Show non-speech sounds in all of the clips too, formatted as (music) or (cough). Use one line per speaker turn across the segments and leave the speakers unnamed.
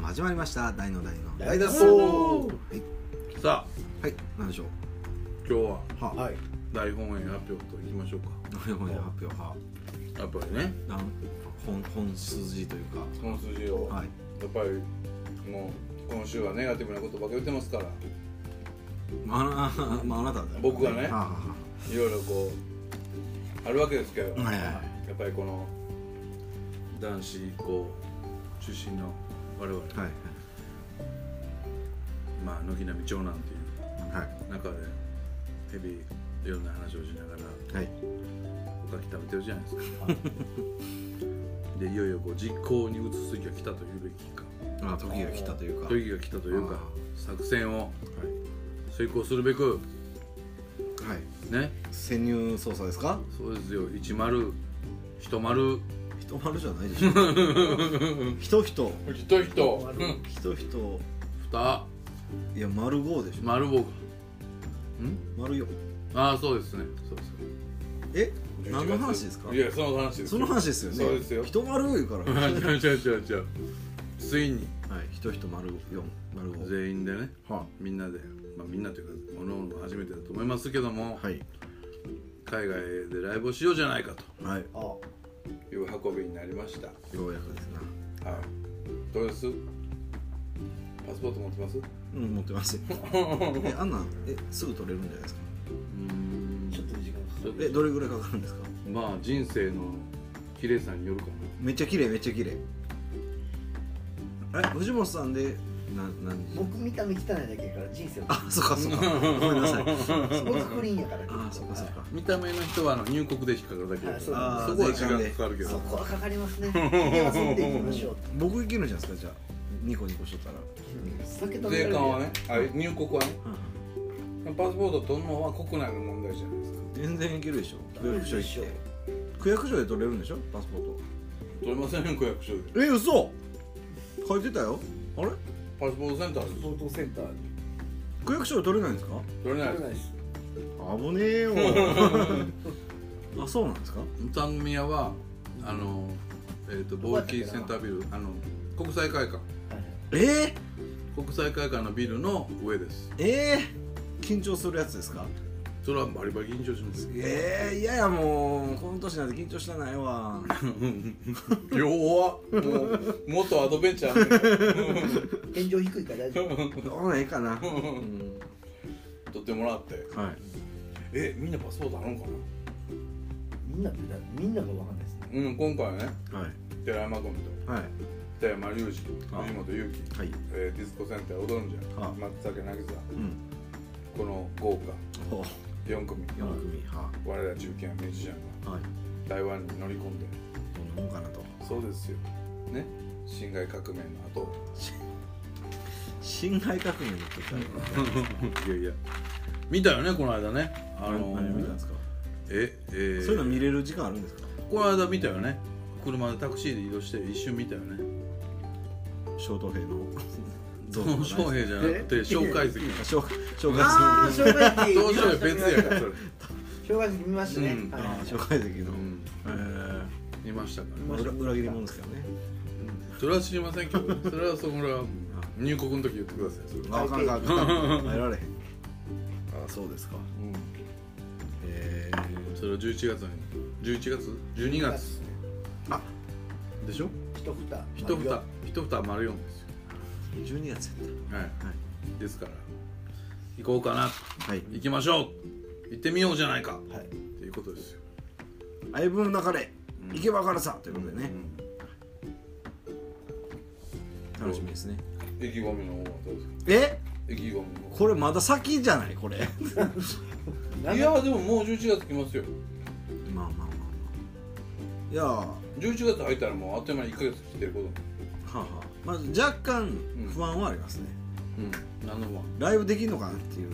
も始まりました大の大の
大脱走
はい
さあ
はい何でしょう
今日は
は
はい
大本営発表といきましょうか
い本発表は
やっぱりね
なん本本筋というか
この数字を、
はい
やっぱりもう今週はネガティブなことばっかり言ってますから
まああなまああなただよ
僕がね
あ
いろいろこうあるわけですけど、
あ
や
はいはい
っぱりこの男子校出身の我々、
はい
まあ軒並み長男という
はい
中でヘビいろんな話をしながら
はい
おかき食べてるじゃないですかでいよいよこう実行に移す時が来たというべきか
まあ時が来たというか
時が来たというか
あ
作戦を
は
遂行するべく
いはい
ね
潜入捜査ですか
そうですよ一丸一丸
人丸じゃないで
(laughs)
しょ人人
一人
人人
二
いや丸五でしょ
丸棒がん
丸四
ああそうですねそうです
え何の話ですか
いやその話です
その話ですよね
そうですよ
人丸言うから
違
はいう
違う違う違うついに
人人丸四丸五
全員でね
は
みんなでまあみんなというか各々初めてだと思いますけども、
い
海外でライブをしようじゃないか
はい
あ
という運びになりました
ようやくですな
はいどうですパスポート持ってますう
うん持ってますえあんなんえすぐ取れるんじゃないですか
ん
ちょっと時間かか
えどれぐらいかかるんですか
まあ人生の綺麗さによるかな
めっちゃ綺麗めっちゃ綺麗え藤本さんでな何
る
時
僕見た目汚いだけやから人生
あそっかそ (laughs) っかごめんなさい
僕クリーンやから
あそっかそっか
見た目の人はあの入国で引っかかるだけだから
あ
そ
ー
こは
税
時
関
間
で
かかるけ
そ
ど
こはかかりますね遊んでいきましょう
僕いけるんじゃないですかじゃあニコニコしとったら
酒と
税関はねあ入国はね
うん
パスポート取るのは国内の問題じゃないですか
全然いけるでしょ区役所行っ
ダメ
て区役所で取れるんでしょパスポート
取れませんよ区役所で
え嘘書いてたよあれ
パスポートセンターで
ートセンターに
区役所で取れないんですか
取れないです
です
危ねえよ (laughs) あそうなんですか
タンミヤはあの、えー、と貿易センタービルあの国際会館
えー、
国際会館のビルの上です
えー、緊張するやつですか
それはバリバリ緊張します
ええー、いやいやもうこの年なんて緊張したないわ
両はもう元アドベンチャ (laughs) ー
天井低いから大丈夫
どうなんいいかな、うん
取ってもらって
はい
えみんなパスポートあるのかな
みんなみんながわかんないですね
うん今回はね
はい
寺山君と
はい
寺山隆二
あ
藤本勇樹、
はい
えーディスコセンター踊るんじゃ
あ
ん松坂渚
うん
この豪華
おう
4組
四組は
我ら中堅ミュージシャン
はい
が台湾に乗り込んで
どんなもんかなと
そうですよね辛亥革命の (laughs) 後
侵害確認の時あるから
いやいや見たよねこの間ねあの
何を見たんですか、
ええー
そういうの見れる時間あるんですか
この間見たよね車でタクシーで移動して一瞬見たよね
小東平 (laughs) の像
鄧小平じゃなくて
え
蒋介石
あ紹紹介
ああ
す
障害 (laughs)
鄧小平別やからそれ、
障害見ましたね
うん
るあー紹介石
う
の、
ん、
えー
見ましたからね
まあ、裏裏切り者ですけどね
それは知りませんけどねそれはそこら入国の時言ってくださいそれは
あかんあかんあかん (laughs) 入られへんあそうですか
うん
えー、
それは11月に11月12月でしょ
一蓋
一蓋一蓋丸4ですよ
12月やっ
はい、
は
ですから行こうかな
たはい
行きましょう行ってみようじゃないか
はい
っていうことですよ
相棒の中で
うん
行けば分かるさということでね、
ん
楽しみですね
うん意気込みの方はどうですか
え
意気込みの方
これまだ先じゃない (laughs) これ
いやでももう11月来ますよ
まあまあまあまあいやーは
11月入ったらもうあっという間に1ヶ月来てること
あはあまず若干不安はありますね、
うん何の不安
ライブできるのかなっていう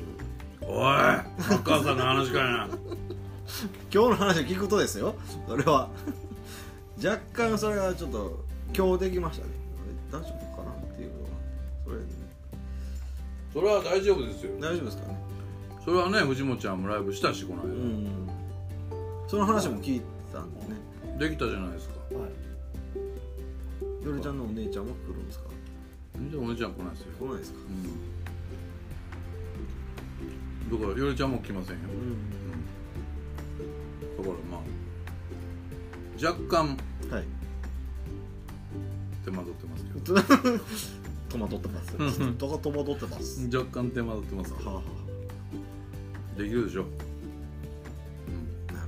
おいサッカーさんの話かいな
今日の話を聞くとですよそれは (laughs) 若干それがちょっと今日できましたねあれ大丈夫かなっていうのはそれ
(laughs) それは大丈夫ですよ
大丈夫ですかね
それはね藤本ちゃんもライブしたしこの
う
間、
んその話も聞いたんでね
できたじゃないですか
はい
よりちゃんのお姉ちゃんは来るんですか
じゃあお姉ちゃん来ないですよ、
来ないですか
うん、だからよりちゃんも来ませんよ、うん、だからまあ若干
はい (laughs)
手間取ってますけど
戸惑ってます
うんうん
人が戸惑ってます
若干手間取ってます
はあは
できるでしょ、
あなる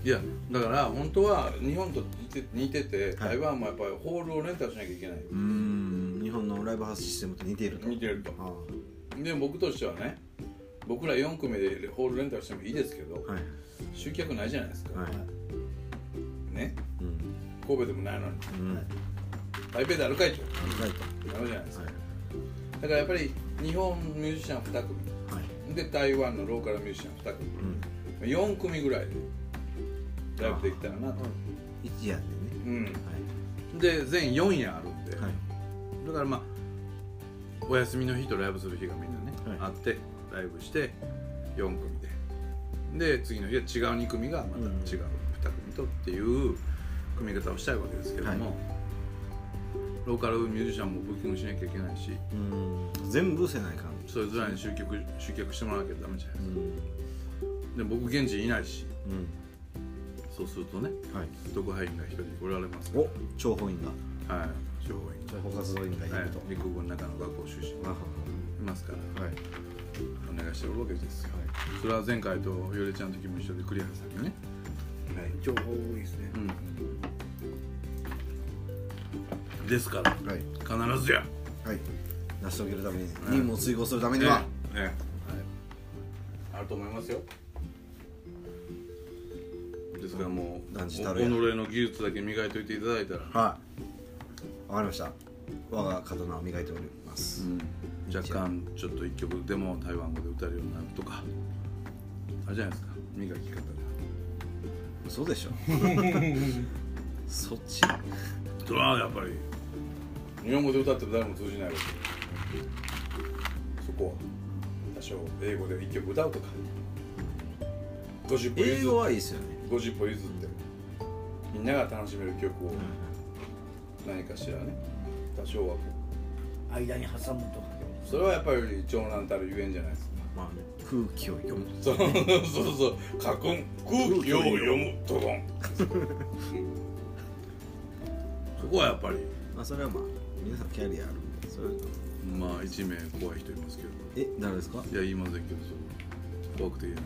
うん、いやだから本当は日本と似て似てて
はい
台湾もやっぱりホールをレンタルしなきゃいけない
ほどうん日本のライブハウスシステムと似ていると
似てると
ああ
で僕としてはね僕ら4組でホールレンタルしてもいいですけど、
はい
集客ないじゃないですか、
はい
ね
うん
神戸でもないのに
うん
はい
台北であるかいと
意外と
なるじゃないですか
はい
だからやっぱり日本ミュージシャン2組
はい
で台湾のローカルミュージシャン2組
うん
4組ぐらいでライブできたらなと
一夜でね
うん
は
で全4夜あるんで、
いはい
だからまあお休みの日とライブする日がみんなね、
は
あってライブして4組でで次の日は違う2組がまた違う2組とっていう組み方をしたいわけですけども、
は
ローカルミュージシャンもブッキングしなきゃいけないし
うん全部せないかん
それぞれに集客集客してもらわなきゃダメじゃないで
う
すか、
ん
で僕現地いないし
うん
そうするとね
はい
特派員が一人おられます
お諜報員が
からはい情報員
諜報活動員がい
はい
ると
陸軍の中の学校出身い
あは
ますから
ははい
お願いしておるわけですよそれは前回とよりちゃんの時も一緒で栗原さんにね
情報多いですね
うんですから
はいはい
必ずや
はい成し遂げるために任
い
務を遂行するためには
ええええあると思いますよですからもうお
断
己
じたるや
の技術だけ磨いといていただいたら、
はいわかりました我が刀を磨いております
うん、若干ちょっと一曲でも台湾語で歌えるようになるとかあれじゃないですか磨き方が
そうでしょそっち
それはやっぱり日本語で歌っても誰も通じないわけそこは多少英語で一曲歌うとか50歩
英
譲
語
っ
はいいですよね
て50歩譲ってみんなが楽しめる曲を何かしらね多少はこう
間に挟むとか
それはやっぱり長男たるゆえんじゃないですか
まあね空気を読む
そうそうそう過根空気を読むとこ (laughs) んそこはやっぱり
まあそれはまあ皆さんキャリアあるんでそれは
まあ1名怖い人いますけど
え誰ですか
いや言いませんけどそれ怖くて言えない、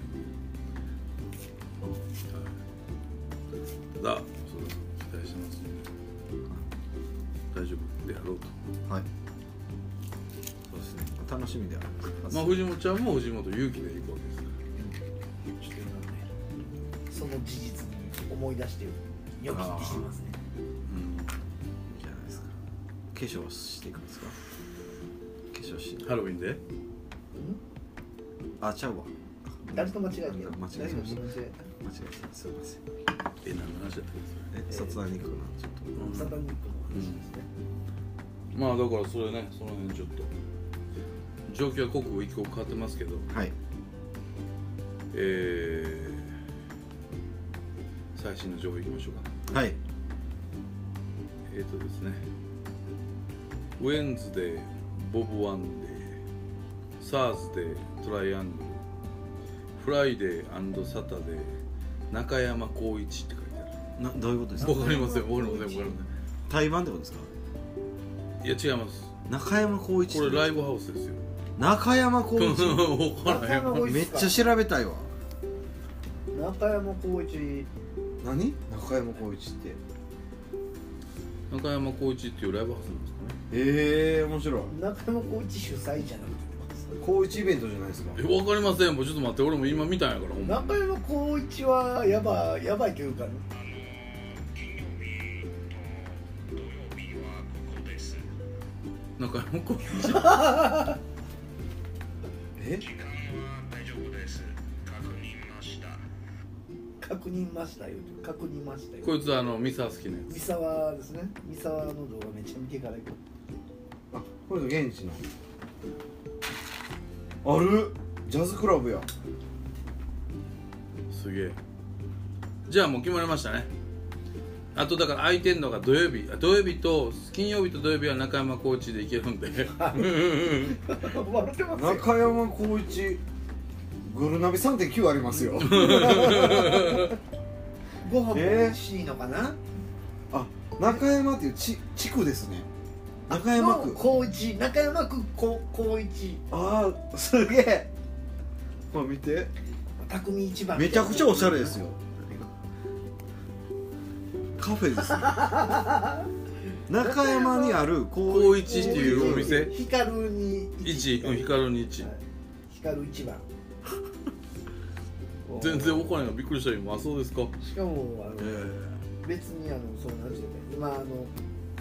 はい、ただそれは期待してますんで大丈夫であろうと
はいそうですね楽しみではあり
ま
ま
あ
す
藤本ちゃんも藤本勇気で行くわけですか
ちょっと今ねその事実に思い出してよきってしてますね
ら、
いいじゃないですか化粧していくんですか化粧し
うん、ハロウィンで
あちゃうわ
誰と間違えて
間違えました
誰と間違え
間違えたすいません
え何の話だったんですか
え雑談に行くなちょっと
たサタニックの話ですね
まあだからそれねその辺ちょっと状況は刻一刻変わってますけど
はい
えー、最新の情報いきましょうか
はい
えーとですね、ウェンズデー、ボブワンデー、サーズデー、トライアングル、フライデーサタデー、中山浩一って書いて
などういうことです
あ
か
る。わかりません、わかりません、わかり
対バンってことですか
ません。いや、違います。
中山浩一
これライブハウスですよ。
中山浩
(laughs)
一
わからへん。
めっちゃ調べたいわ
中山浩一
何中山浩一って
(laughs) 中山浩一っていうライブハウスなんですかね。
ええ面白い
中山浩一主催じゃなくて
浩一イベントじゃないですか
え、わかりません、もうちょっと待って、俺も今見たんやから、ほんま。
中山浩一はやばいやばいというかね
中山浩一。
え
確認ましたよ確認ましたよ
こいつはあの、ミサー好きなや
三沢ですね三沢の動画めっちゃ見てから行く
あこれが現地のあるジャズクラブや
つ。すげえ。じゃあもう決まりましたね。あとだから空いてるのが土曜日あ土曜日と金曜日と土曜日は中山コーチで行けるんで
(laughs) 笑ってますよ
中山浩一グルナビ3.9あります
(laughs)
よ
ご飯も
えー
美味しいのかな、
あ中山っていうち地区ですね中山
の
区
高一中山区こ高一
ああすげえまあ見て
匠一番
めちゃくちゃおしゃれですよカフェですね中山にある
高
高
一っていうお店
光に
(laughs) 一うん光るに一
はい光一番
(laughs) 全然お金がびっくりした今あそうですか
しかもあの、別にあのそうなんですよね今あの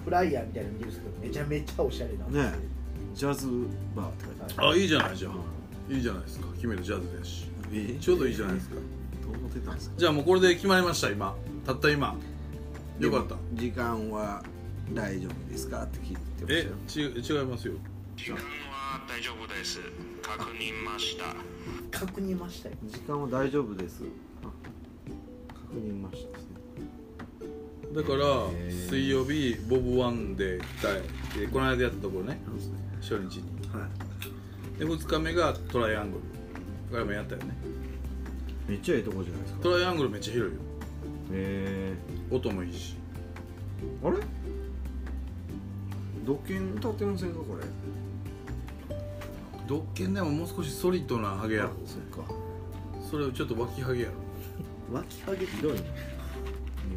フライヤーみたいなの見てるんですけどめちゃめちゃおしゃれなんですよ
ねジャズバーって書いてある
あいいじゃないじゃんいいじゃないですか決めるジャズだし
えー
ちょうどいいじゃないですか
どう思ってたんですか
じゃあもうこれで決まりました今たった今よかった
時間は大丈夫ですかって聞いてまし
え
たよ
ち違いますよ
時間は大丈夫です確認ました
確認ましたよ
時間は大丈夫ですあ確認ましたですね
だから
へー
水曜日ボブワンで来たいでこの間やったところね
そうですね
初日に
は
で2日目がトライアングルこれもやったよね
いめっちゃいいとこじゃないですか
ト
へ
ライアングルめっちゃ広いよ
え
音もいいし
あれ土建建ってませんかこれ
ドッケンでももう少しソリッドなハゲやろ
そっか
それをちょっと脇ハゲやろ
脇ハゲひどいな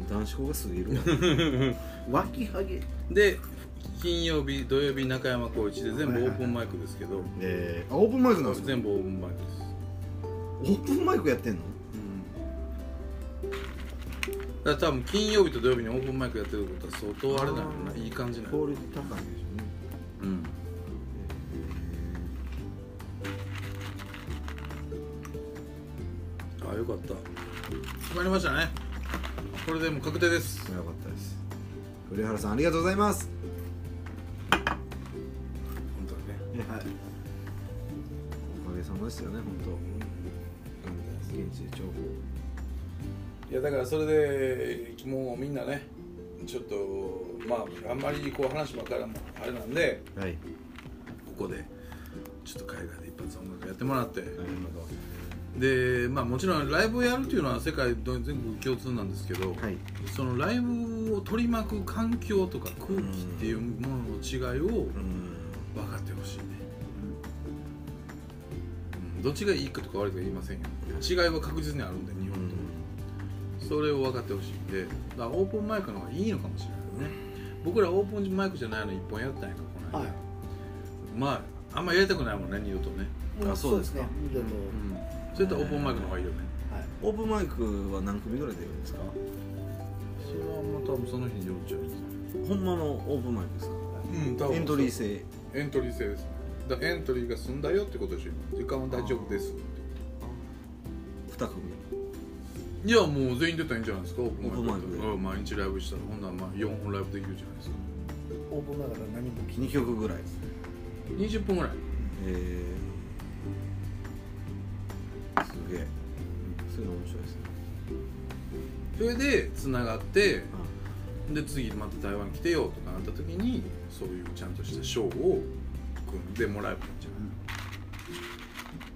男子校が過ぎるわ (laughs) 脇ハゲ
で金曜日土曜日中山浩一で全部オープンマイクですけど
えー、あオープンマイクなんですか
全部オープンマイクです
オープンマイクやってんの
だから多分金曜日と土曜日にオープンマイクやってることは相当あれだよ
あ
な
ー
いい感じな
クオ
の
リティ高いんでしょうね
うんあよかった決まりましたねこれでもう確定です
えーよかったです栗原さんありがとうございます
本当にね
はいおかげさまですよね本当現地で情報
いやだからそれでもうみんなねちょっとまああんまりこう話ばっかりはもうあれなんで
はい
ここでちょっと海外で一発音楽やってもらって、
なるほ
でまあもちろんライブをやるっていうのは世界ど全国共通なんですけど、
はい
そのライブを取り巻く環境とか空気っていうものの違い
う
を
ん
分かってほしいね、うんどっちがいいかとか悪いとか言いませんよ違いは確実にあるんで日本と、それを分かってほしいんでだからオープンマイクの方がいいのかもしれないね僕らオープンマイクじゃないの1本やったんやんかこの間、
はい
まああんまやりたくないもんね二度とね、
あそうですか
ね二度と
うん、そういったらオープンマイクの方がいいよね
はい
オープンマイクは何組ぐらい出るんですか
それはもう多分その日によっちゃう
ほんまのオープンマイクですか
うん多
エントリー制
エントリー制ですねだからエントリーが済んだよってことでしょ今時間は大丈夫です
2組
いやもう全員出たらいいんじゃないですかオープンマイ
オープンマ
ク
イク
で
で
うん毎日ライブしたらほんならまあ4本ライブできるじゃないですか
オープンだから何も気に
2曲ぐらい
20分ぐらい
えー、すげえそういうの面白いですね
それでつながってで次また台湾来てよとかなった時にそういうちゃんとした賞を組んでもらえばいい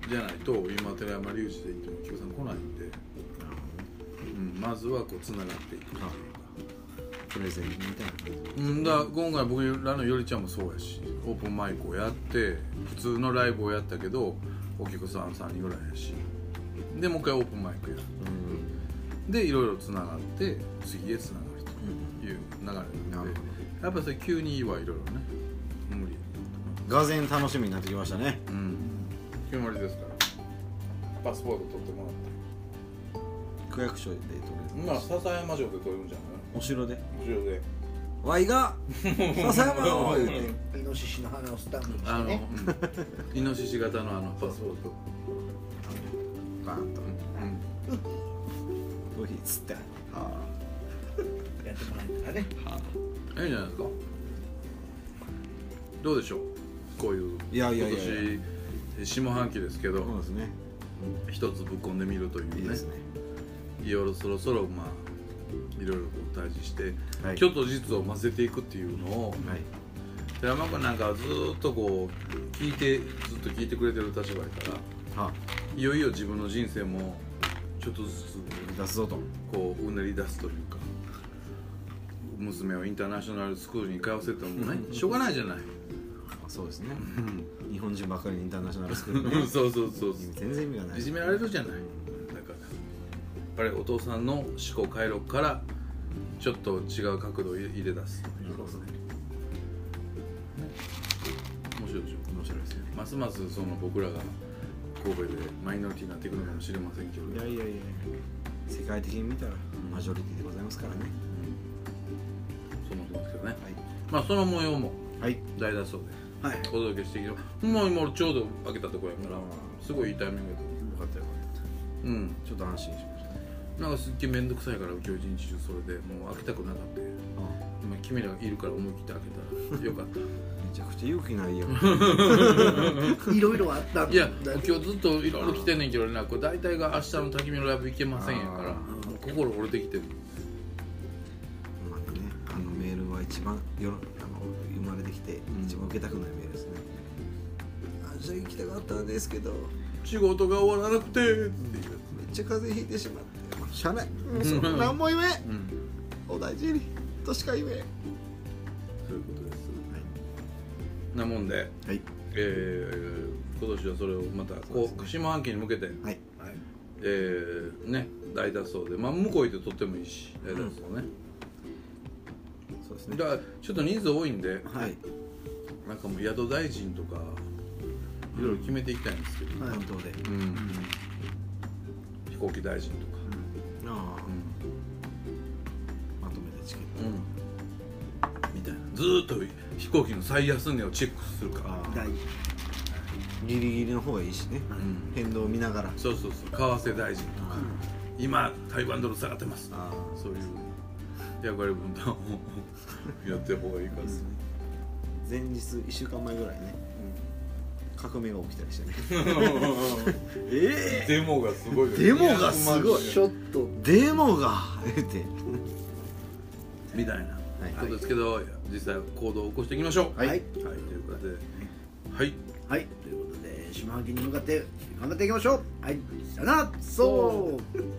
んじゃない、じゃないと今寺山隆二で言ってもお客さん来ないんで、うん、まずはこうつながっていくっていうか
プレゼンみたいな感
うんだ今回僕らのよりちゃんもそうやしオープンマイクをやって普通のライブをやったけどお客さん3人ぐらいやしでもう一回オープンマイクやでいろいろつながって次へつながるという流れな
な
の
る
で
ほ
やっぱそれ急にはいろいろね無理や
どがぜん楽しみになってきましたね
なうん決まりですからパスポート取ってもらっ
区役所で取れ
て
る
まあ笹山城で取れるんじゃ
お城で
ない後ろで
わいが笹山の言うて
イノシシの花をスタンプにし
あ
て
の、
ね
うん、イノシシ型のあのパスポート
バーンと
うんうん
コーヒーつって
やってもらえたら
(laughs)
ね
いいんじゃないですかどうでしょうこういう
いやいやいやいや
今年下半期ですけど、
そうですね
一つぶっ込んでみるというね
いいですね
いろいろそろそろまあいろいろと対峙して、
はい
虚と実を混ぜていくっていうのを
はい
寺山君なんかはずーっとこう聞いてずっと聞いてくれてる立場やから
はい
よいよ自分の人生もちょっとずつ
あ出すぞと
こううねり出すというか娘をインターナショナルスクールに通わせてもねしょうがないじゃない
あそうですね日本人ばっかりにインターナショナルスク (laughs) ール
う
ね
ん (laughs) そうそうそうそ
全然意味がな
う
い
いじめられるじゃないだからやっぱりお父さんの思考回路からちょっと違う角度を入れ入れ出す
そうですね
面白いでしょ
面白いですよね
ますますその僕らが神戸でマイノリティになっていくのかもしれませんけど
いやいやいや世界的に見たらマジョリティでございますからね
そう思ってますけどね
は
まあその模様も
い
大脱走で
はい
お届けしていきまもう今ちょうど開けたところやからすごいいいタイミングやと思
よかったよかった
ううん
ちょっと安心しましたね
なんかすっげえ面倒くさいから今日一日中それでもう開けたくなかった今君らがいるから思い切って開けたらよ
(laughs)
かっ
めちゃくちゃ勇気ないよ
いろいろあった
た
んだ
いや今日ずっといろいろ来てんねんけどなこれ大体が明日の焚き火のライブ行けませんやから
あー
もう心折れてきてる
まあねあのメールは一番よろあの生まれてきて
ん
一番受けたくないメールですねあじゃあ行きたかったんですけど
仕事が終わらなくてって
め
いう
っちゃ風邪ひいてしまってまあしゃあない
ん
そんなんも言えん
うん
お大事にとしか言え
そういうことですなもんで
はい
えー今年はそれをまたこう鹿島半期に向けて
はい
はい
えーね大脱走でまあ向こう行ってとってもいいし大脱走ね、
そうです
だ
ね
からちょっと人数多いんで
はい
なんかもう宿大臣とかいろいろ決めていきたいんですけど、
はい
担当で
うん飛行機大臣とか、
ああ
う
まとめてチケッ
んみたいなずーっと飛行機の最安値をチェックする
ト
か
あ
第
あギリギリの方がいいしね
ら、
あ
うん
変動を見ながら
そうそうそう為替大臣とか
あ
今台湾ドル下がってます
あ
そういう役割分担をやってる方がいいから、
前日1週間前ぐらいね革命が起きたり (laughs) してねえ
デモがすごいよ
デモがすごい
ちょっと
デモが出て
みたいな
はい
ことですけど、実際行動を起こしていきましょう
はいはい、
はい、ということではい
ということで下半期に向かって頑張っていきましょうはいさよならそう